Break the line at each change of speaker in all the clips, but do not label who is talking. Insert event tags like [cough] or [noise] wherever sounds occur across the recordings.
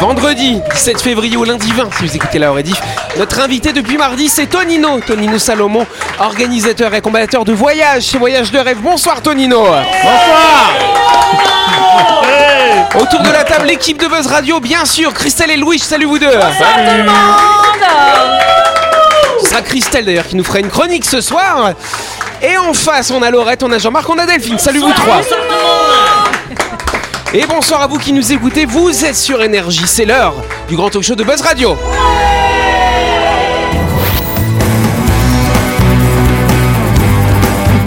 Vendredi 17 février au lundi 20, si vous écoutez la Rediff, notre invité depuis mardi, c'est Tonino. Tonino Salomon, organisateur et combattateur de voyages chez Voyage de Rêve. Bonsoir Tonino. Autour de la table, l'équipe de Buzz Radio, bien sûr, Christelle et Louis, salut vous deux. Ce sera Christelle d'ailleurs qui nous fera une chronique ce soir. Et en face, on a Laurette, on a Jean-Marc, on a Delphine. Salut vous trois. Et bonsoir à vous qui nous écoutez. Vous êtes sur Énergie, c'est l'heure du grand talk show de Buzz Radio.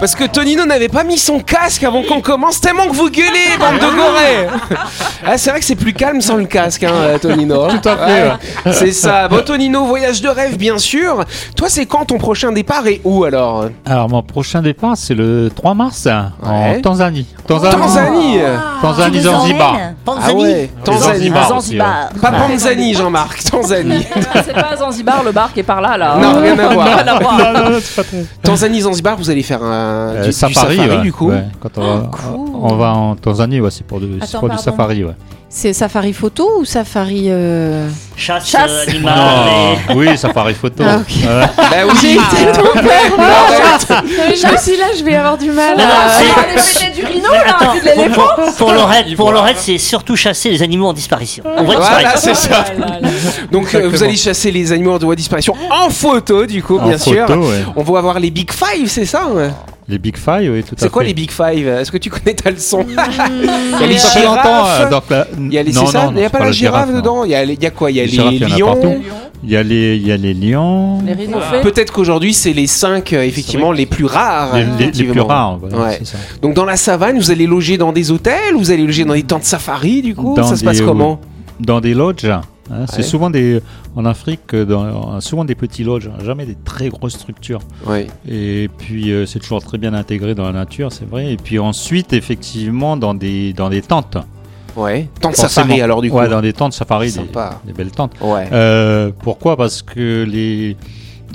parce que Tonino n'avait pas mis son casque avant qu'on commence, tellement que vous gueulez, bande de
[laughs]
gorées Ah, c'est vrai que c'est plus calme sans le casque, hein, euh,
[laughs]
Tonino. Tout à fait. C'est ça. Bon, Tonino, voyage de rêve, bien sûr. Toi, c'est quand ton prochain départ et où alors
Alors, mon prochain départ, c'est le 3 mars hein,
Ouais. Oh,
en Tanzanie.
Tanzanie
Ah,
Tanzanie,
Tu nous
Zanzibar.
emmènes
Ah ouais, Tanzanie.
Zanzibar. hein.
Zanzibar.
Pas Panzani, Jean-Marc,
[laughs]
Tanzanie.
C'est pas à Zanzibar, le bar qui est par là, là.
Non,
[laughs]
rien à voir.
Rien à voir.
Non, non, non, c'est pas très-
Tanzanie, Zanzibar, vous allez faire un
Euh,
du- du
safari, ouais.
du coup.
Ouais, Quand on, va,
cool.
on va en Tanzanie, ouais, c'est pour, du- c'est
Attends,
pour du
pardon.
safari. Ouais.
C'est safari photo ou safari. euh,
Chasse,
Chasse.
euh, animal.
Non,
et-
oui, safari photo.
Ah, ok.
Ouais.
[laughs] Bah oui. bah,
J'ai été trop peur là.
Arrête.
Non, mais je me suis dit, là, je vais avoir du mal.
Non, non,
à-
c'est-
Ah, les pétés du rhino,
Mais
là,
attends,
puis de
pour-
l'éléphant.
pour, pour Lorette, pour Lorette, c'est surtout chasser les animaux en disparition. En voie de
Voilà,
disparition.
c'est ça.
Ah Là, là, là.
Donc euh, vous allez chasser les animaux de voie de disparition en photo, du coup,
En
bien sûr.
photo, ouais.
On va avoir les Big Five, c'est ça hein
Les Big Five, oui, tout à fait.
C'est quoi les Big Five Est-ce que tu connais ta leçon Il y a les
Ça fait longtemps, euh,
girafes.
donc là-
Il y a les,
non,
c'est ça
non, non,
Il n'y a
c'est
pas la girafe
non.
dedans. Il y a les- il y a quoi Il y a
Les girafes,
les,
il y en a
lions.
partout. Il y a les, il y a les lions.
Les rhinos
Ah.
faits.
Peut-être qu'aujourd'hui c'est les cinq euh, effectivement les plus rares.
Les, les- les plus
effectivement.
rares, voilà,
Ouais.
c'est ça.
Donc dans la savane, vous allez loger dans des hôtels, vous allez loger dans des tentes safari, du coup.
Dans
ça se passe
des-
comment
Dans des lodges, hein,
Ouais.
c'est souvent des en Afrique, euh, dans, souvent des petits lodges, hein, jamais des très grosses structures.
Ouais.
Et puis euh, c'est toujours très bien intégré dans la nature, c'est vrai. Et puis ensuite, effectivement, dans des dans des tentes.
Ouais. Tente
Forcément.
safari alors du coup.
Ouais, dans des tentes safari, des,
Sympa.
des belles tentes.
Ouais.
Euh, pourquoi Parce que les.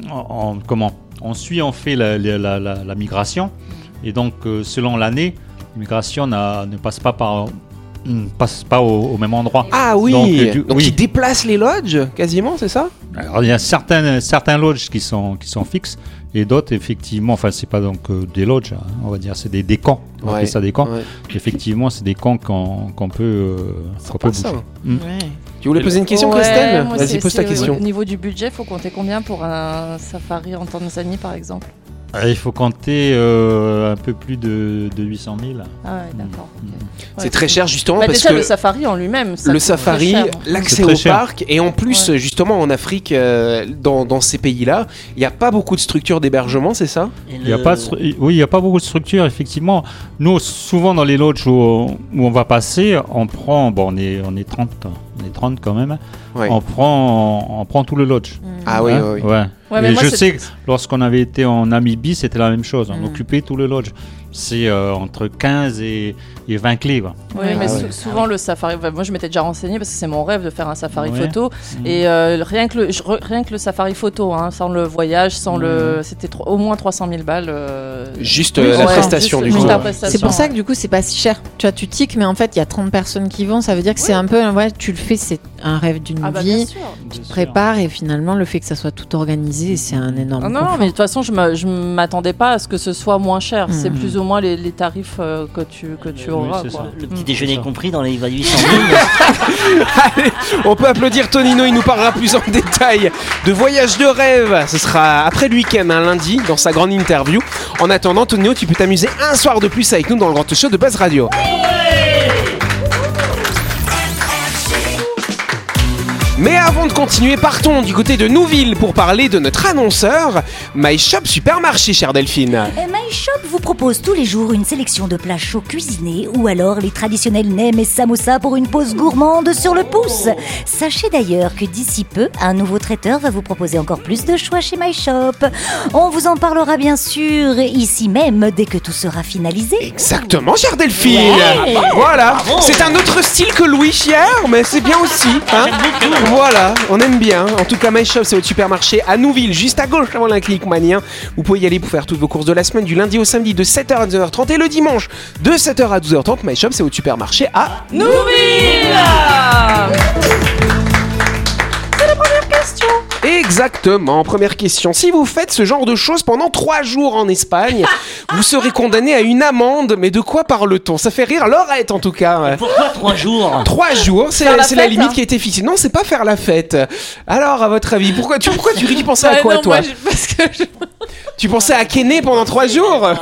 en- en- comment On suit, on fait la, la- la- la- la migration. Et donc, euh, selon l'année, la migration n'a- ne passe pas, par, ne passe pas au, au même endroit.
Ah oui.
Donc,
Donc,
euh, du- oui.
ils déplacent les lodges quasiment, c'est ça
Alors, il y a certains, certains lodges qui sont, qui sont fixes. Et d'autres, effectivement, enfin, c'est pas donc euh, des lodges, hein, on va dire, c'est des, des camps. On
Ouais.
appelle ça des camps.
Ouais.
Effectivement, c'est des camps qu'on qu'on peut, euh, qu'on peut
Pas ça. hein.
bouger. Mm.
Tu voulais poser une question,
Ouais,
Christelle
moi,
Vas-y,
c'est-
pose ta
c'est Au
question.
niveau du budget, faut compter combien pour un safari en Tanzanie, par exemple
Ah, Il faut compter euh, un peu plus de, de 800 000.
Ah ouais, d'accord.
Mm.
ok. Ouais,
C'est très cher justement
Bah,
parce
déjà,
que
le safari en lui-même. ça
le
coûte très
safari,
cher. hein.
l'accès
C'est
au
très cher.
parc, et en plus, justement, en Afrique, euh, dans, dans ces pays-là, il n'y a pas beaucoup de structures d'hébergement, c'est
Mm.
ça
Et
Il n'y a
le-
pas de stru- oui, il n'y a pas beaucoup de structures, effectivement. Nous, souvent dans les lodges où, où on va passer, on prend, bon, on est, on est 30, on est 30 quand même,
Ouais.
on, prend, on, prend tout le lodge.
Ah oui,
Hein
oui, oui.
Ouais.
Ouais, mais
Et
moi,
je
c'est-
sais que lorsqu'on avait été en Namibie, c'était la même chose, on
Mm.
occupait tout le lodge. C'est euh, entre 15 et, et 20 clés. quoi.
Oui,
Ouais.
mais
Ah
sou-
ouais.
souvent le safari. enfin, moi, je m'étais déjà renseignée parce que c'est mon rêve de faire un safari
Ouais.
photo.
Mm.
Et euh, rien, que le, je re- rien que le safari photo, hein, sans le voyage, sans
Mm.
le. C'était tro- au moins 300 000 balles. euh,
Juste
Oui,
euh, la
ouais,
prestation,
juste-
du
juste
coup.
la
ouais.
prestation,
C'est pour ça
ouais.
que du coup, c'est pas si cher. Tu vois, tu tiques, mais en fait, il y a 30 personnes qui vont. Ça veut dire que c'est un peu. Ouais, tu le fais, c'est un rêve d'une
Ah bah bien
vie.
sûr.
Tu te prépares et finalement, le fait que ça soit tout organisé, c'est un énorme.
Ah non, non,
confort.
mais de toute façon, je m'a- je m'attendais pas à ce que ce soit moins
Hmm.
cher. C'est
Mm.
plus ou moins les, les tarifs euh, que tu, que tu
Oui,
auras.
c'est
quoi.
ça.
Le
Mm.
petit déjeuner compris dans les
[laughs]
800 000.
Allez, on peut applaudir Tonino, il nous parlera plus en détail de Voyage de rêve. Ce sera après le week-end, un lundi, dans sa grande interview. En attendant, Tonino, tu peux t'amuser un soir de plus avec nous dans le grand show de Buzz Radio. Mais avant de continuer, partons du côté de Nouville pour parler de notre annonceur, My Shop Supermarché, chère Delphine.
Et Eh, My iShop vous propose tous les jours une sélection de plats chauds cuisinés ou alors les traditionnels nems et samosas pour une pause gourmande sur le pouce. Sachez d'ailleurs que d'ici peu, un nouveau traiteur va vous proposer encore plus de choix chez MyShop. On vous en parlera bien sûr ici même dès que tout sera finalisé.
Exactement, chère Delphine. Voilà, c'est un autre style que Louis hier, mais c'est bien aussi. hein. Voilà, on aime bien. En tout cas, My Shop, c'est votre supermarché à Nouville, juste à gauche avant la clinique Manien. Vous pouvez y aller pour faire toutes vos courses de la semaine, du lundi au samedi, de 7h à 12h30 et le dimanche de 7h à 12h30. My Shop, c'est votre supermarché à Exactement. Première question. Si vous faites ce genre de choses pendant trois jours en Espagne, vous serez condamné à une amende. Mais de quoi parle-t-on Ça fait rire Laurette en tout cas. ouais.
Pourquoi trois jours
Trois jours, c'est
Faire la
c'est la
fête,
limite
hein.
qui a été fixée. Non, c'est pas faire la fête. Alors, à votre avis, pourquoi tu, pourquoi tu ris Tu pensais à
Ouais,
quoi,
non,
toi
moi, je- parce que je-
Tu pensais à Kené pendant trois jours
Ah,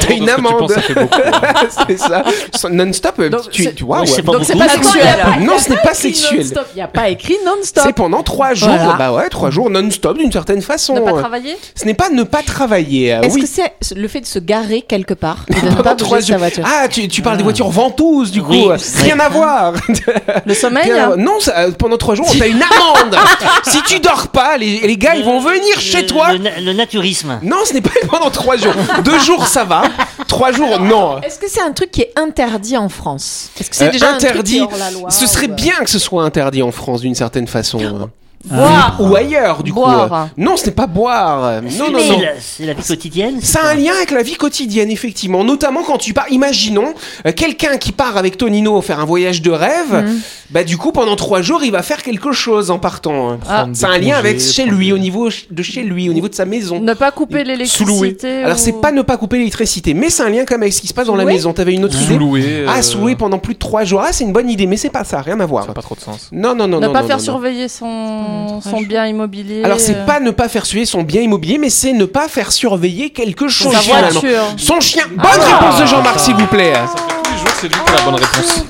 T'as une amende.
[laughs]
[laughs] c'est ça. So- Non-stop, euh,
Donc,
tu,
c'est-
tu vois.
Oui,
ouais.
c'est Ah, pas
Donc c'est
beaucoup.
pas
Attends,
sexuel.
il y a pas-
Non, ce n'est pas sexuel.
Il n'y a pas écrit
C'est
non-stop.
pendant trois jours.
Voilà.
Bah ouais, trois jours non-stop d'une certaine façon.
ne pas travailler
Ce n'est pas ne pas travailler. euh,
Est-ce
Ah oui. Ah,
que c'est le fait de se garer quelque part et de ne
Pendant
pas
trois
bouger sa
jours.
voiture
Ah, tu, tu parles des voitures ventouses, du coup.
Oui,
Rien à [laughs] voir.
Le
Eh,
sommeil
Rien à voir.
hein
Non, ça- euh, pendant trois jours, t'as une
[laughs]
amende. si tu dors pas, les, les gars, ils vont venir chez
Le-
toi.
Le, na- le naturisme.
Non, ce n'est pas [laughs] pendant trois jours. Deux jours, ça va. Trois jours, non.
Est-ce que c'est un truc qui est interdit en France
Est-ce que c'est
Euh,
déjà un truc
interdit.
qui est hors la loi
Ce
ou,
serait
euh,
bien que ce soit interdit en France d'une certaine façon.
Boire.
Ou ailleurs, du coup.
Boire.
Non, ce n'est pas boire. Non, non,
C'est
non.
la- C'est la vie quotidienne. c'est
Ça a
quoi
un lien avec la vie quotidienne, effectivement. Notamment quand tu pars. Imaginons euh, quelqu'un qui part avec Tonino faire un voyage de rêve.
Mm.
Bah, du coup, pendant trois jours, il va faire quelque chose en partant. hein.
Ah.
C'est un lien avec chez lui, au niveau de chez lui, au niveau de sa maison.
Ne pas couper
Sous-loué.
l'électricité.
Alors, c'est
ou-
pas ne pas couper l'électricité, mais c'est un lien quand même avec ce qui se passe dans la
Sous-loué
maison. T'avais une autre idée
Sous-loué.
Ah,
euh,
sous-loué pendant plus de trois jours. Ah, c'est une bonne idée, mais c'est pas ça, rien à
Ça
voir.
n'a pas trop de sens.
Non, non, non,
Ne
non.
pas
non,
faire
non, non.
surveiller son, son bien immobilier.
Alors, c'est
euh,
pas ne pas faire suer son bien immobilier, mais c'est ne pas faire surveiller quelque
Sa
chose. finalement.
voiture. Ah.
Son chien. Bonne réponse de Jean-Marc, s'il vous plaît.
Ah, Tous les jours, c'est lui qui a la bonne réponse.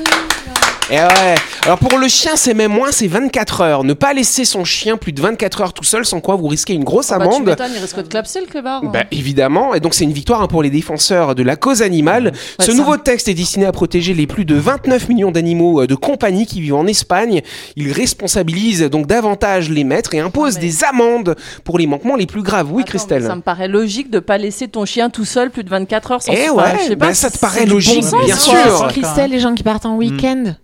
Et Eh ouais. Alors pour le chien, c'est même moins, c'est 24 heures. Ne pas laisser son chien plus de 24 heures tout seul, sans quoi vous risquez une grosse
Ah bah, tu
amende.
m'étonnes, il risque de clapser le clébard.
Bah, évidemment, et donc c'est une victoire hein, pour les défenseurs de la cause animale.
ça.
Ce nouveau texte est destiné à protéger les plus de 29 millions d'animaux euh, de compagnie qui vivent en Espagne. Il responsabilise donc davantage les maîtres et impose
Ah, mais-
des amendes pour les manquements les plus graves. Oui,
Attends,
Christelle.
mais Ça me paraît logique de pas laisser ton chien tout seul plus de 24 heures sans
Eh
enfin,
ouais,
je sais
bah,
pas,
ça te
c'est
paraît
du
logique,
bon sens,
bien
hein.
sûr. Hmm.
Est-ce que c'est les gens qui partent en week-end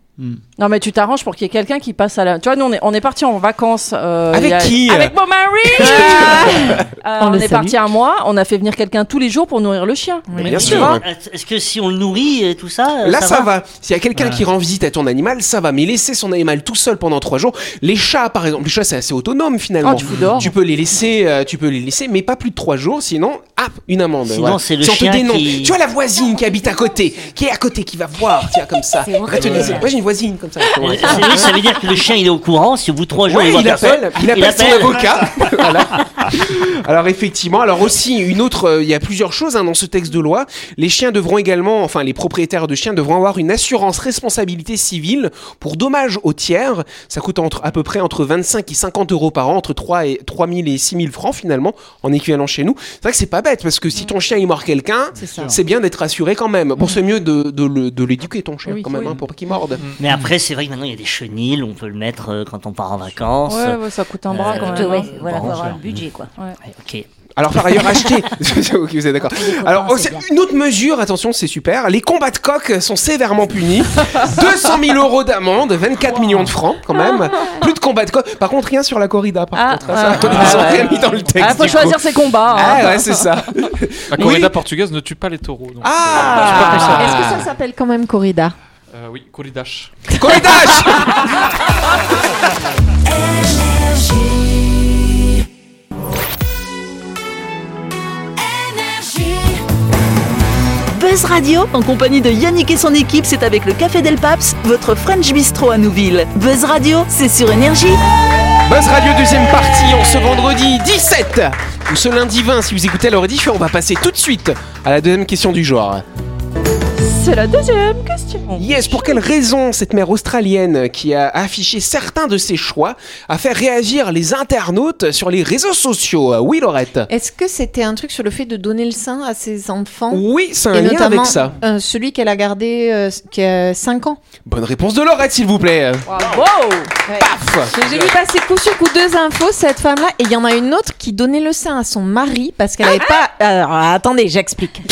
Non, mais tu t'arranges pour qu'il y ait quelqu'un qui passe à la. Tu vois, nous, on est, on est parti en vacances. euh,
Avec
il y a-
qui Ah
Avec mon mari
[laughs]
[laughs]
Euh,
On
On,
le
est
salue.
parti un mois, on a fait venir quelqu'un tous les jours pour nourrir le chien.
Mais
Mais
bien
tu
sûr.
vois, Est-ce que si on le nourrit et tout ça, euh,
Là, ça, va. S'il y a quelqu'un qui rend visite à ton animal, ça va. Mais laisser son animal tout seul pendant trois jours, les chats, par exemple, les chats, c'est assez autonome finalement.
Oh, tu fous dehors.
Tu peux les laisser, euh, tu peux les laisser, mais pas plus de trois jours, sinon, ah, une amende.
Sinon,
voilà.
c'est le
Si on te
chien
dénonce.
qui-
Tu vois la voisine qui habite à côté, qui est à côté, qui va voir, tiens, comme ça.
C'est
Va te
horrible.
laisser. Moi, j'ai une voisine comme ça.
Euh, c'est- oui, ça veut dire que le chien il est au courant. Si au bout de trois jours
Ouais,
il voit
il,
personne,
appelle, il appelle son
[laughs]
avocat. Voilà. Alors effectivement, alors aussi une autre, euh, il y a plusieurs choses hein, dans ce texte de loi. Les chiens devront également, enfin les propriétaires de chiens devront avoir une assurance responsabilité civile pour dommages aux tiers. Ça coûte entre, à peu près entre 25 et 50 euros par an, entre 3 et 3000 et 6000 francs finalement en équivalent chez nous. C'est vrai que c'est pas bête parce que si ton chien il mord quelqu'un,
C'est ça. Mm.
c'est bien d'être assuré quand même. Bon, c'est mieux de, de le- de l'éduquer ton chien
Oui,
quand même
oui. Mm.
hein, pour pas qu'il morde.
Mais après, c'est vrai que maintenant il y a des chenilles, on peut le mettre euh, quand on part en vacances.
Ouais, ouais, ça coûte un bras
Euh,
quand
Ouais,
même.
ouais,
hein.
voilà,
Bon,
faut avoir
cher.
le budget quoi.
Ouais, ok.
Alors par ailleurs
[laughs]
acheter. [laughs] ok, vous êtes d'accord. Alors
copains,
aussi,
c'est bien.
une autre mesure, attention, c'est super. Les combats de coq sont
[laughs]
sévèrement punis. 200 000 euros d'amende, 24 millions de francs
[laughs]
quand même. Plus de combats de coq. Par contre, rien sur la corrida. Par
Ah,
contre, hein. ça,
ah,
ils ont
ah,
rien
ouais.
mis dans le texte.
Ah, faut
du coup.
choisir ses combats. hein.
Ah ouais, c'est ça.
La
Oui.
corrida portugaise ne tue pas les taureaux. donc,
Ah.
euh, c'est pas
Est-ce que ça s'appelle quand même corrida
pour ça. Euh, oui, corridache.
[laughs]
Corridage.
Buzz Radio, en compagnie de Yannick et son équipe, c'est avec le Café Del Paps, votre French Bistro à Nouville. Buzz Radio, c'est sur Énergie.
Buzz Radio deuxième partie en ce vendredi 17 ou ce lundi 20 si vous écoutez à l'heure édition, on va passer tout de suite à la deuxième question du genre.
c'est la deuxième question.
Yes, pour quelle raison cette mère australienne qui a affiché certains de ses choix a fait réagir les internautes sur les réseaux sociaux Oui, Laurette
Est-ce que c'était un truc sur le fait de donner le sein à ses enfants
Oui, c'est un
Et
lien
notamment,
avec ça.
euh, celui qu'elle a gardé euh, qui a 5 ans.
Bonne réponse de Laurette, s'il vous plaît.
Bravo
Paf
J'ai j'ai vu passer coup sur coup deux infos, cette femme-là, et il y en a une autre qui donnait le sein à son mari parce qu'elle avait pas. Alors attendez,
[laughs]
j'explique.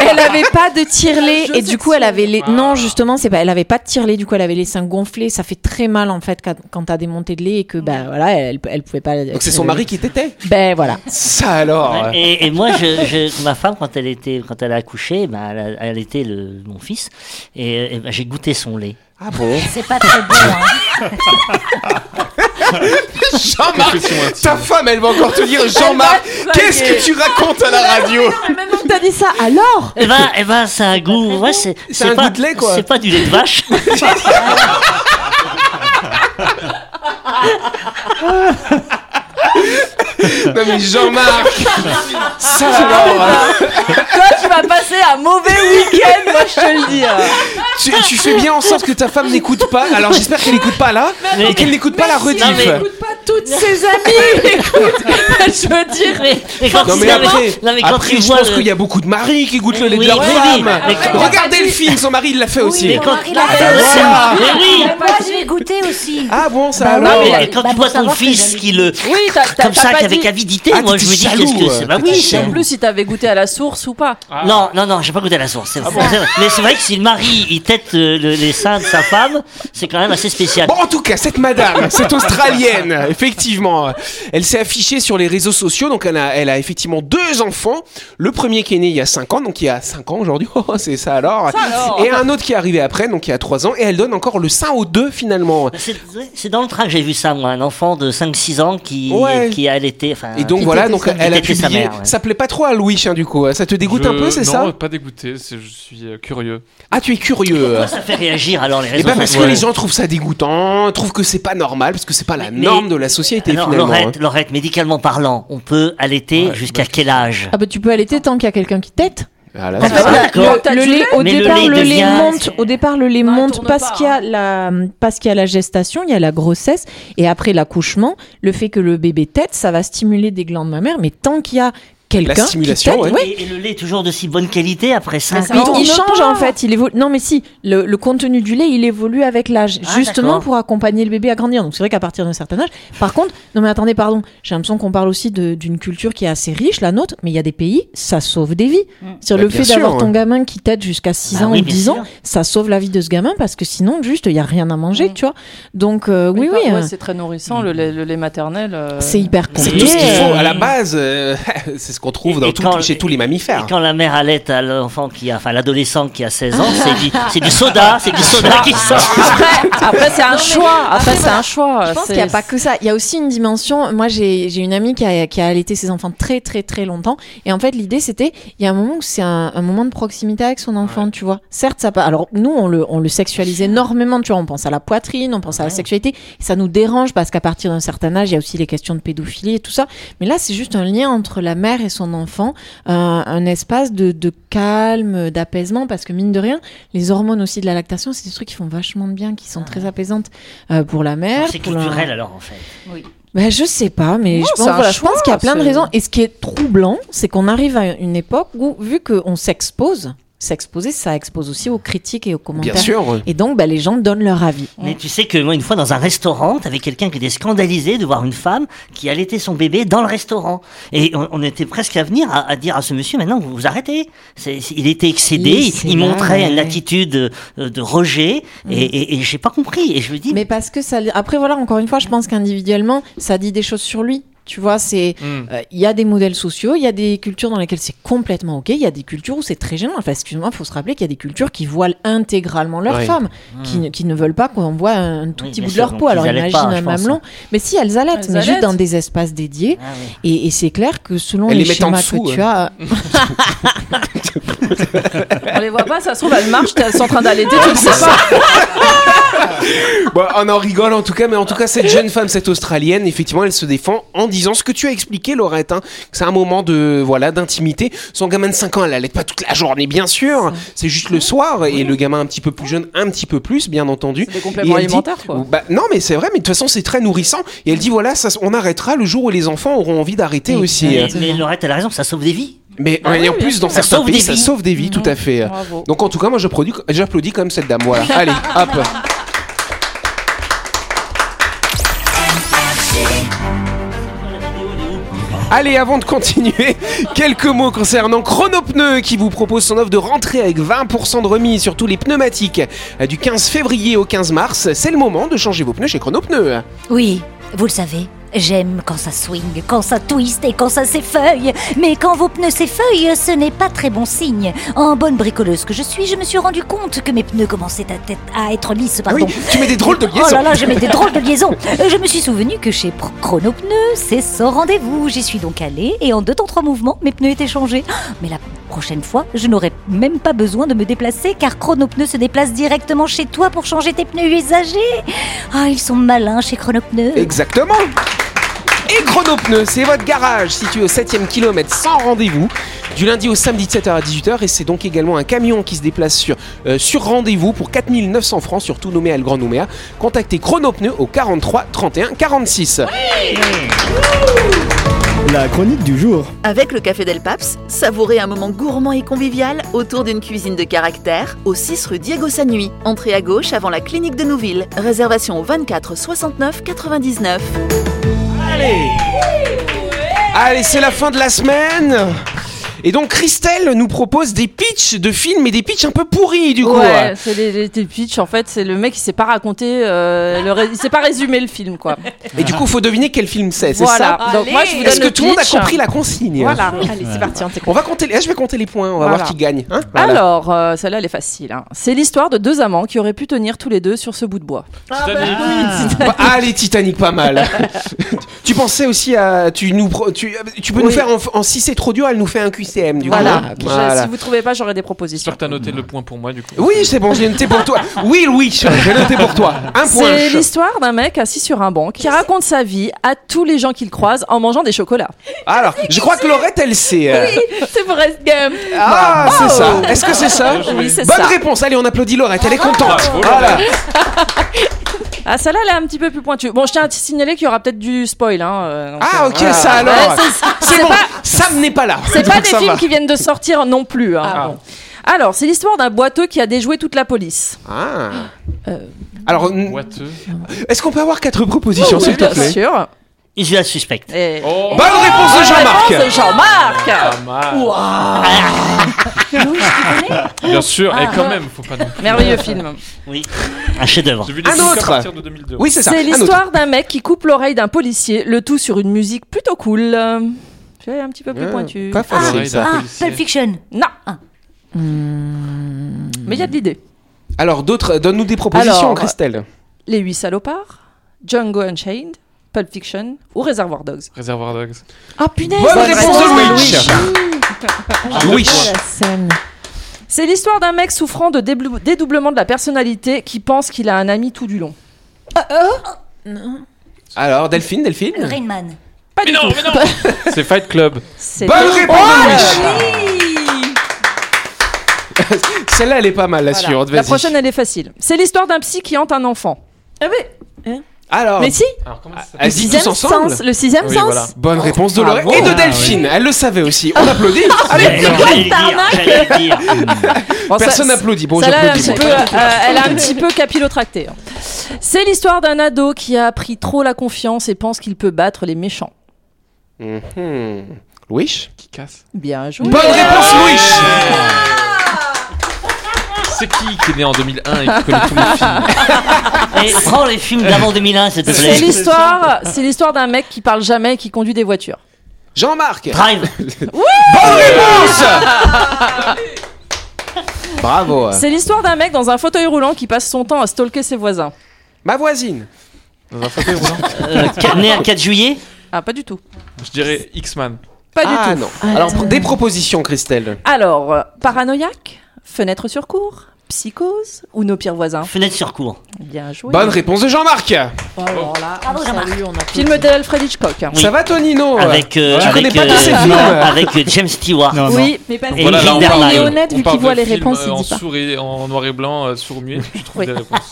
elle avait pas de tirelet et du coup elle avait
Ah.
les. Non, justement, c'est pas. Elle avait pas de tirelet, du coup elle avait les seins gonflés. Ça fait très mal en fait quand, quand t'as des montées de lait et que bah voilà, elle, elle pouvait pas.
Donc c'est son mari qui t'était
Ben voilà.
Ça alors
Et, et moi, je, je- ma femme, quand elle était, quand elle a accouché, bah, elle, a- elle était le, mon fils, et, et bah, j'ai goûté son lait.
Ah bon
C'est pas très bon. [laughs] hein.
Jean-Marc Ta femme, elle va encore te dire Jean-Marc, qu'est-ce que tu racontes à la radio
T'as dit ça alors
Eh ben, eh ben, c'est un goût, ouais, c'est c'est
un
pas,
goût de lait, quoi.
C'est pas du lait de
[laughs]
vache.
Non mais Jean-Marc Ça alors
Ah, bah. Toi, tu vas passer un mauvais week-end, moi je te le dis. hein.
tu, tu fais bien en sorte que ta femme n'écoute pas. Alors j'espère qu'elle n'écoute pas là
Mais-
et qu'elle n'écoute pas la rediff.
Non, mais-
Toutes ses amies, écoute, [laughs]
[laughs]
je veux dire.
mais, mais quand
Non
tu-
mais
non, mais-
après,
non, mais quand
après
tu
je
vois
pense
le-
qu'il y a beaucoup de maris qui goûtent le lait de
Oui,
leur
oui, oui,
femme.
mais quand-
Regardez le film, son mari l'a fait aussi.
mais
Mon
quand-
mari l'a
Ah,
fait aussi.
voilà.
Mais oui.
Moi, Ah, je l'ai goûté aussi.
Ah bon ça
Bah
alors
oui,
mais quand
Bah,
tu
pour
vois ton
savoir que
fils
j'avais-
qui le
Oui, t'as t'as-
comme
t'as
ça
pas
qu'avec
dit-
avidité,
Ah,
moi
t'étais
je me dis
jaloux,
qu'est-ce que
euh,
c'est Bah
t'étais
oui,
En plus, si t'avais goûté à la source ou pas.
Ah.
Non, non, non, j'ai pas goûté la source. c'est vrai. C'est vrai. Mais c'est vrai que si le mari il tête euh, le- les seins de sa femme, c'est quand même assez spécial.
Bon, en tout cas,
[laughs]
cette madame, cette australienne, effectivement, elle s'est affichée sur les réseaux sociaux. Donc, elle a, elle a effectivement deux enfants. Le premier qui est né il y a 5 ans, donc il y a 5 ans aujourd'hui. [laughs] Oh, c'est ça alors. Et un autre qui est arrivé après, donc il y a 3 ans. Et elle donne encore le sein aux deux, finalement.
C'est- C'est dans le train que j'ai vu ça, moi, un enfant de 5-6 ans qui,
Ouais.
qui a allaité. enfin,
Et donc,
qui
voilà,
était-
donc
qui
elle a
était Ah.
publié.
sa mère, ouais.
Ça plaît pas trop à Louis, hein, du coup. Ça te dégoûte
Je-
un peu, c'est ça
Non, pas dégoûté, c'est je suis euh, curieux.
Ah, tu es curieux.
Pourquoi ça fait réagir alors les
Et
réseaux
ben parce que
sociaux
les gens trouvent ça dégoûtant, trouvent que c'est pas normal, parce que c'est pas la
Mais-
norme de la société,
Alors,
finalement. hein.
Laurette, Laurette, médicalement parlant, on peut allaiter jusqu'à quel âge
Ah bah tu peux allaiter tant qu'il y a quelqu'un qui tète.
hein. Voilà,
En
c'est
fait,
ça.
la-
d'accord.
le- le, lait, au
Mais le
départ,
lait
le lait
devient-
monte. Au départ, le lait
Non, il
monte
tourne
parce
pas,
qu'il y
hein.
a la, parce qu'il y a la gestation, il y a la grossesse, et après l'accouchement, le fait que le bébé tète, ça va stimuler des glandes mammaires. Mais tant qu'il y a quelqu'un, qui
stimulation,
tète,
ouais.
ouais,
et, et le lait est toujours de si bonne qualité après 5
Ah, mais
ans
il
tourne
change
pas.
en fait, il évolue. Non mais si, le, le contenu du lait, il évolue avec l'âge,
Ah,
justement
d'accord.
pour accompagner le bébé à grandir. Donc c'est vrai qu'à partir d'un certain âge. Par contre, non mais attendez, pardon, j'ai l'impression qu'on parle aussi de- d'une culture qui est assez riche, la nôtre. Mais il y a des pays, ça sauve des vies. Sur
Bah,
le
bien
fait
sûr,
d'avoir
ouais.
ton gamin qui tête jusqu'à 6
Bah
ans
oui,
ou
bien
10
sûr.
ans, ça sauve la vie de ce gamin parce que sinon juste il y a rien à manger,
Mm.
tu vois. Donc euh, oui,
Ouais,
oui,
ouais,
euh,
c'est très nourrissant, le lait, le lait maternel. euh,
c'est hyper
C'est
complet.
tout ce qu'il
Yeah.
faut à la base. euh, [laughs] c'est ce qu'on trouve
Et-
dans
et
tout-
quand-
chez tous les mammifères. hein,
Et quand la mère allaite à l'enfant qui a, enfin l'adolescent qui a 16 ans,
Ah.
c'est du, c'est du soda, c'est du soda qui sort.
Après, Ah, après c'est un choix. Après, c'est
voilà.
un choix.
Je pense
C'est-
qu'il n'y a pas que ça. Il y a aussi une dimension. Moi, j'ai j'ai une amie qui a, qui a allaité ses enfants très, très, très longtemps. Et en fait, l'idée, c'était, il y a un moment où c'est un, un moment de proximité avec son enfant, tu vois. Certes, ça pas. Alors, nous, on le, on le sexualise énormément, tu vois. On pense à la poitrine, on pense à la sexualité. Et ça nous dérange parce qu'à partir d'un certain âge, il y a aussi les questions de pédophilie et tout ça. Mais là, c'est juste un lien entre la mère et son enfant, un- un espace de, de calme, d'apaisement, parce que mine de rien, les hormones aussi de la lactation, c'est des trucs qui font vachement de bien, qui sont très apaisantes euh, pour la
Ah.
mère.
C'est
pour la-
culturel alors en fait.
ben, je sais pas, mais
Non,
je pense,
c'est un
voilà, je
choix,
pense qu'il y a plein de
c'est-
raisons. Et ce qui est troublant, c'est qu'on arrive à une époque où, vu qu'on s'expose, s'exposer, ça expose aussi aux critiques et aux commentaires.
Bien sûr.
Et donc, ben, les gens donnent leur avis.
Mais tu sais que moi, une fois dans un restaurant, t'avais quelqu'un qui était scandalisé de voir une femme qui allaitait son bébé dans le restaurant. Et on, on était presque à venir à, à dire à ce monsieur, maintenant, vous vous arrêtez. C'est- c'est- il était excédé,
Oui,
il,
c'est
il
là,
montrait
ouais,
une
ouais.
attitude euh, de rejet, et, et, et j'ai pas compris. Et je me dis,
Mais parce que ça, après, voilà, encore une fois, je pense qu'individuellement, ça dit des choses sur lui. Tu vois, c'est,
Hmm.
euh, il y a des modèles sociaux, il y a des cultures dans lesquelles c'est complètement ok, il y a des cultures où c'est très gênant. Enfin, excuse-moi, faut se rappeler qu'il y a des cultures qui voilent intégralement leurs
Ouais.
femmes, qui, ne- qui ne veulent pas qu'on voit un tout
Hmm. Oui,
petit bout
bien
de
sûr,
leur
donc
peau.
ils
Alors
allaitent
imagine
pas,
un
je pense.
mamelon. Mais si elles allaitent,
Elles
mais juste
allaitent.
dans des espaces dédiés.
Ah oui.
Et, et c'est clair que selon
Elles
les,
les mettent en
schémas
dessous,
que
hein.
tu as,
[laughs]
On les voit pas, ça se trouve, elles marchent, elles sont en train d'allaiter, tu le sais pas.
[laughs] Bon, on en rigole en tout cas, mais en tout cas, cette jeune femme, cette Australienne, effectivement, elle se défend en disant ce que tu as expliqué, Laurette, hein, que c'est un moment de voilà d'intimité. Son gamin de 5 ans, elle l'allaite pas toute la journée, bien sûr. C'est juste le soir et le gamin un petit peu plus jeune, un petit peu plus, bien entendu.
Des compléments
Et elle dit-
alimentaires, quoi.
Bah, non, mais c'est vrai, mais de toute façon, c'est très nourrissant. Et elle dit voilà, ça, on arrêtera le jour où les enfants auront envie d'arrêter aussi.
Mais, mais Laurette, elle a raison, ça sauve des vies.
Mais
Ah
et
oui,
en plus,
bien
dans
sûr. Ça
certains
sauve
pays,
des
ça
vies.
sauve des vies, tout à fait.
Bravo.
Donc en tout cas, moi je produis- j'applaudis quand même cette dame. Voilà. Allez, hop. Allez, avant de continuer, [laughs] quelques mots concernant Chronopneu qui vous propose son offre de rentrée avec 20% de remise sur tous les pneumatiques. Euh, Du 15 février au 15 mars, c'est le moment de changer vos pneus chez Chronopneu.
Oui, vous le savez. J'aime quand ça swing, quand ça twist et quand ça s'effeuille. Mais quand vos pneus s'effeuillent, ce n'est pas très bon signe. En bonne bricoleuse que je suis, je me suis rendu compte que mes pneus commençaient à, tête- à être lisses.
Ah
Pardon.
oui, tu mets des drôles de liaisons.
Oh là là, je mets des drôles de liaisons. Euh, Je me suis souvenu que chez Pro- Chronopneus, c'est sans rendez-vous. J'y suis donc allée et en deux temps trois mouvements, mes pneus étaient changés. Ah, Mais la prochaine fois, je n'aurai même pas besoin de me déplacer car Chronopneus se déplace directement chez toi pour changer tes pneus usagés. Ah, ils sont malins chez Chronopneus.
Exactement et Chronopneu, c'est votre garage situé au 7ème kilomètre sans rendez-vous, du lundi au samedi de 7h à 18h. Et c'est donc également un camion qui se déplace sur, euh, sur rendez-vous pour 4900 francs sur tout nommé à le Grand Nouméa. Contactez Chronopneu au 43 31 46.
La chronique du jour.
Avec le Café Del Paps, savourez un moment gourmand et convivial autour d'une cuisine de caractère au 6 rue Diego Sanui. Entrée à gauche avant la clinique de Nouville. Réservation au 24 69 99.
Allez, c'est la fin de la semaine et donc Christelle nous propose des pitchs de films et des pitchs un peu pourris du coup.
Ouais, c'est les, les, les pitchs, en fait, c'est le mec qui s'est pas raconté, euh, le ré- il s'est pas résumé le film, quoi.
Et du coup, faut deviner quel film c'est, c'est
Voilà.
ça
Donc moi, je vous donne
Est-ce que
le
tout le monde a
pitch.
compris la consigne
Voilà.
Allez, c'est parti, on t'écoute.
On va compter les... ah, je vais compter les points, on va
Voilà.
voir qui gagne. hein Voilà.
Alors, euh, celle-là, elle est facile. hein. C'est l'histoire de deux amants qui auraient pu tenir tous les deux sur ce bout de bois.
Ah, Titanic.
Bah, ah, les Titanic, pas mal. [laughs] tu pensais aussi à. Tu, nous, pro- tu, tu peux nous faire en, en- si c'est trop dur, elle nous fait un QCM du coup.
Voilà. Je-
Voilà.
Si vous trouvez pas, j'aurai des propositions.
J'espère que t'as noté le point pour moi du coup.
Oui, c'est bon, j'ai noté pour toi. Oui, Louis, j'ai noté pour toi. Un point.
C'est l'histoire d'un mec assis sur un banc qui raconte sa vie à tous les gens qu'il croise en mangeant des chocolats.
Alors, je crois que Laurette, elle sait. euh.
C'est Forrest Gump.
Ah, c'est ça. Est-ce que c'est ça
Oui, c'est
Bonne
ça.
réponse. Allez, on applaudit Laurette, elle est contente.
Bravo,
Voilà.
Ah, celle-là, elle est un petit peu plus pointue. Bon, je tiens à te signaler qu'il y aura peut-être du spoil. Hein, euh, donc,
Ah,
euh,
ok, ça alors.
Ouais, c'est-
C'est bon, Sam n'est pas là.
C'est pas
Donc,
des
ça
films
va. Ah.
qui viennent de sortir non plus. hein. Bon. Alors, c'est l'histoire d'un boiteux qui a déjoué toute la police.
Ah. Alors, n-
Boiteux.
est-ce qu'on peut avoir quatre propositions, s'il te
Oh, bien
plaît
sûr.
Je la suspecte.
Et...
Oh,
Bonne réponse de Jean-Marc.
Réponse de Jean-Marc.
pas mal. Bien sûr, et quand même, faut pas non plus.
Merveilleux film.
Oui, un chef-d'œuvre.
J'ai vu des
Un
films
autre.
à partir de 2002.
Oui, c'est ça.
C'est
Un autre.
l'histoire d'un mec qui coupe l'oreille d'un policier, le tout sur une musique plutôt cool. Euh, Tu vois, un petit peu plus
Ah,
pointu.
Pas facile
Ah.
ça.
Ah,
policier.
Pulp Fiction.
Non. Mais il y a de l'idée.
Alors d'autres, donne-nous des propositions,
Alors, euh,
Christelle.
Les huit salopards, Django Unchained, Pulp Fiction ou Réservoir Dogs.
Réservoir Dogs.
Ah punaise
Bonne réponse de
Ah,
Louis. Louis.
euh, La scène.
C'est l'histoire d'un mec souffrant de déblou- dédoublement de la personnalité qui pense qu'il a un ami tout du long.
Alors Delphine, Delphine.
Rain Man.
Pas du tout.
C'est Fight Club.
C'est
Bonne réponse de Louis. [laughs] Celle-là, elle est pas mal, la
Oh, Voilà.
suivante.
La
vas-y.
prochaine, elle est facile. C'est l'histoire d'un psy qui hante un enfant.
Alors,
Mais si,
Alors comment ça
elle dit Ah. tous ensemble.
sens, le sixième
Oui,
sens.
voilà.
Oh,
Bonne réponse de Laurette et de Delphine. Elle le savait aussi. On applaudit.
[laughs]
Allez,
J'allais le dire, j'allais le dire.
Bon, Oh, ça-
personne n'applaudit. Bon,
Celle-là, elle, a un
j'applaudis.
petit
moi.
peu, euh, elle a un petit peu capillotracté. hein. C'est l'histoire d'un ado qui a pris trop la confiance et pense qu'il peut battre les méchants. euh.
Mhm. Louis.
Qui casse
Bien joué.
Bonne réponse, Louis.
C'est qui qui est né en 2001 et qui connaît tous les films
[laughs]
Et Eh, prends les films d'avant 2001, s'il te
C'est
plaît.
l'histoire, c'est l'histoire d'un mec qui parle jamais et qui conduit des voitures.
Jean-Marc.
Drive.
Bonne réponse. Bravo.
C'est l'histoire d'un mec dans un fauteuil roulant qui passe son temps à stalker ses voisins.
Ma voisine.
Dans un fauteuil roulant
Euh, qu- né à 4 juillet.
Ah, pas du tout.
Je dirais X-Man.
Pas du
ah
tout.
non. Alors, des propositions, Christelle.
Alors, euh, paranoïaque, fenêtre sur cour, psychose ou nos pires voisins
Fenêtre sur cour.
Bien joué.
Bonne réponse de Jean-Marc.
Alors
Bah,
là, on
Bravo, Jean-Marc.
salue, on a Film d'Alfred Hitchcock. hein.
Oui.
Ça va, Tonino
Avec, euh,
Je connais
avec,
pas tous ces
euh,
films.
non, avec euh, James Stewart.
Non, non.
Oui, mais pas [laughs]
Et
Voilà, là, on
Ingrid
parle,
Bergman.
de-
honnête,
on
vu qu'il
parle
voit
de
les
films,
réponses,
euh,
il
en
dit pas.
sourd et- en noir et blanc, euh, sourd muet, tu trouves
Oui.
des réponses.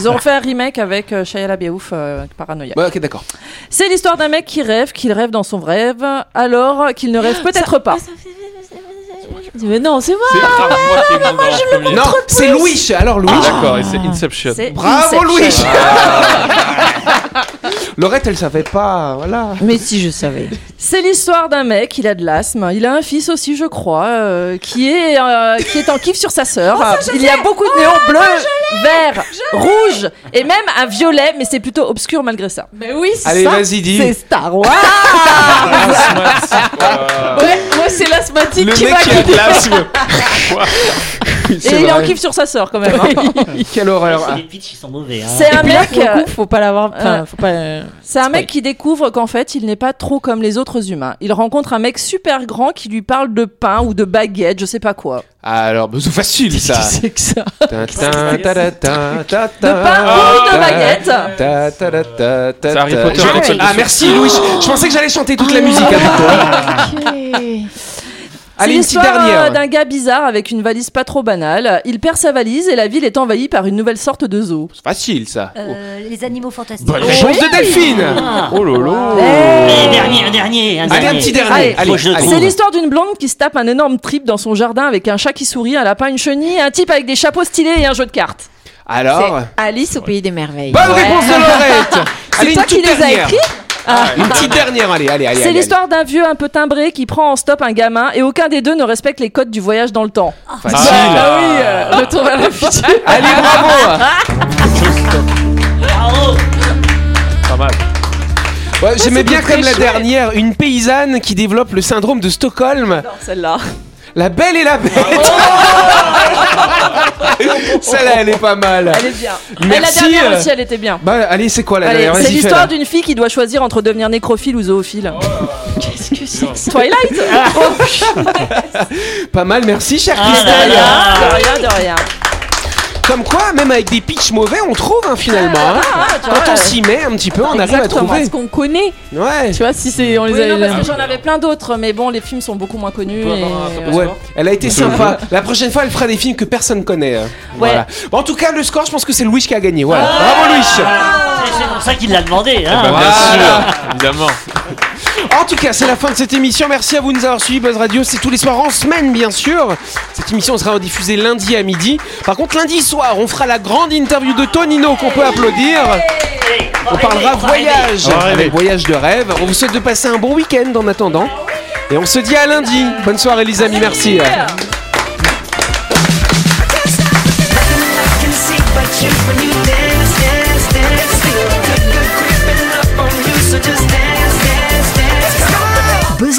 Ils ont fait un remake avec euh, Shia LaBeouf, euh, Paranoia.
Bah, ok, d'accord.
C'est l'histoire d'un mec qui rêve, qu'il rêve dans son rêve, alors qu'il ne rêve peut-être pas.
Ah, Mais non, c'est moi.
C'est grave moi qui ai demandé en premier.
Non, c'est Louis. Alors, Louis.
Ah, d'accord, et c'est Inception.
C'est
Bravo,
Inception.
Louis. [laughs] Laurette, elle savait pas. Voilà.
Mais si je savais.
C'est l'histoire d'un mec, il a de l'asthme, il a un fils aussi, je crois, euh, qui, est, euh, qui est en kiff sur sa sœur. il y a beaucoup de néons bleus, verts, rouges et même un violet, mais c'est plutôt obscur malgré ça.
Mais oui, c'est
Allez,
ça.
vas-y, dis.
C'est Star Wars.
Ah, Voilà.
[laughs]
ouais, moi c'est l'asthmatique
Le
qui
mec
va
qui a de l'asthme.
Bah,
Et il est en kiff sur sa sœur quand même. hein.
[laughs] Quelle horreur.
Les pitchs, ils sont mauvais. hein.
Ah.
C'est un mec. euh,
faut pas l'avoir.
enfin,
faut pas. euh,
C'est un
Spoil.
mec qui découvre qu'en fait, il n'est pas trop comme les autres humains. Il rencontre un mec super grand qui lui parle de pain ou de baguette, je sais pas quoi.
Alors, bah, c'est facile
[laughs]
ça.
C'est que ça.
Tin, tin, ta, ta, tin, ta,
De
ta,
pain ou de
ta,
baguette
ta, ta, ta, ta, ta,
C'est Harry
ta.
Potter,
J'ai-
l'école de
Ah,
sourds.
merci Louis. Je pensais que j'allais chanter toute la
Ah.
musique avec toi.
C'est
Allez, une petite
l'histoire euh,
dernière.
d'un gars bizarre avec une valise pas trop banale. Il perd sa valise et la ville est envahie par une nouvelle sorte de zoo.
C'est facile ça.
Euh, les animaux fantastiques.
Bonne chance de Delphine.
Ah.
Oh lolo.
Et dernier, un dernier, un
Allez,
dernier.
un petit
Eh. Allez,
dernier. Allez,
faut que je le
allez.
trouve.
C'est l'histoire d'une blonde qui se tape un énorme trip dans son jardin avec un chat qui sourit, un lapin, une chenille, un type avec des chapeaux stylés et un jeu de cartes.
Ah
Alors,
Alice au pays des merveilles.
bonne réponse
[laughs]
de Laurette. Allez,
toi
une
qui
petite
les as
dernière.
écrits
Une petite dernière, allez, allez, allez.
C'est
allez,
l'histoire d'un vieux un peu timbré qui prend en stop un gamin et aucun des deux ne respecte les codes du voyage dans le temps.
allez. Facile.
Retour vers euh, le futur.
[laughs] Allez, bravo.
Bravo.
Pas mal.
Ouais, J'aimais bien comme la dernière, une paysanne qui développe le syndrome de Stockholm.
Celle-là. Ah
La belle et la bête. [laughs] Celle-là, elle est pas mal.
Elle est bien. Et la
Merci.
dernière
euh,
aussi, elle était bien.
Bah, allez, c'est quoi la
Allez,
dernière
c'est
Vas-y,
l'histoire
fais-la.
d'une fille qui doit choisir entre devenir nécrophile ou
Oh
zoophile. Twilight
Pas mal, merci, cher
Ah là
bah,
Christelle.
là.
De rien, de rien.
Comme quoi, même avec des pitchs mauvais, on trouve hein, finalement. hein.
bah, tu vois,
Quand on
ouais.
s'y met un petit peu, on arrive à trouver.
ce qu'on connaît
Ouais.
Tu vois, si c'est on les
Oui,
a. hein.
non, parce que j'en avais plein d'autres, mais bon, les films sont beaucoup moins connus.
peut
et-
avoir un top
Ouais.
Ouais, elle a été sympa. La prochaine fois, elle fera des films que personne connaît. euh. Voilà. Bon, en tout cas, le score, je pense que c'est Louis qui a gagné. Voilà. Bravo Louis.
Ah, C'est- C'est pour ça qu'il l'a demandé. Hein.
Bah,
Voilà.
Bien sûr, évidemment.
En tout cas, c'est la fin de cette émission. Merci à vous de nous avoir suivis. Buzz Radio, c'est tous les soirs en semaine, bien sûr. Cette émission sera rediffusée lundi à midi. Par contre, lundi soir, on fera la grande interview de Tonino qu'on peut applaudir. On parlera voyage, avec voyage de rêve. On vous souhaite de passer un bon week-end en attendant. Et on se dit à lundi. Bonne soirée, les amis. Merci.
Buzz